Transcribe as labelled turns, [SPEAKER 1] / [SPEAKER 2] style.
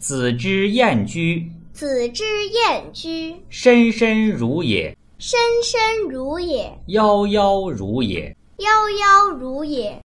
[SPEAKER 1] 子之燕居，
[SPEAKER 2] 子之燕居，
[SPEAKER 1] 深深如也，
[SPEAKER 2] 深深如也，
[SPEAKER 1] 夭夭如也。
[SPEAKER 2] 夭夭如也。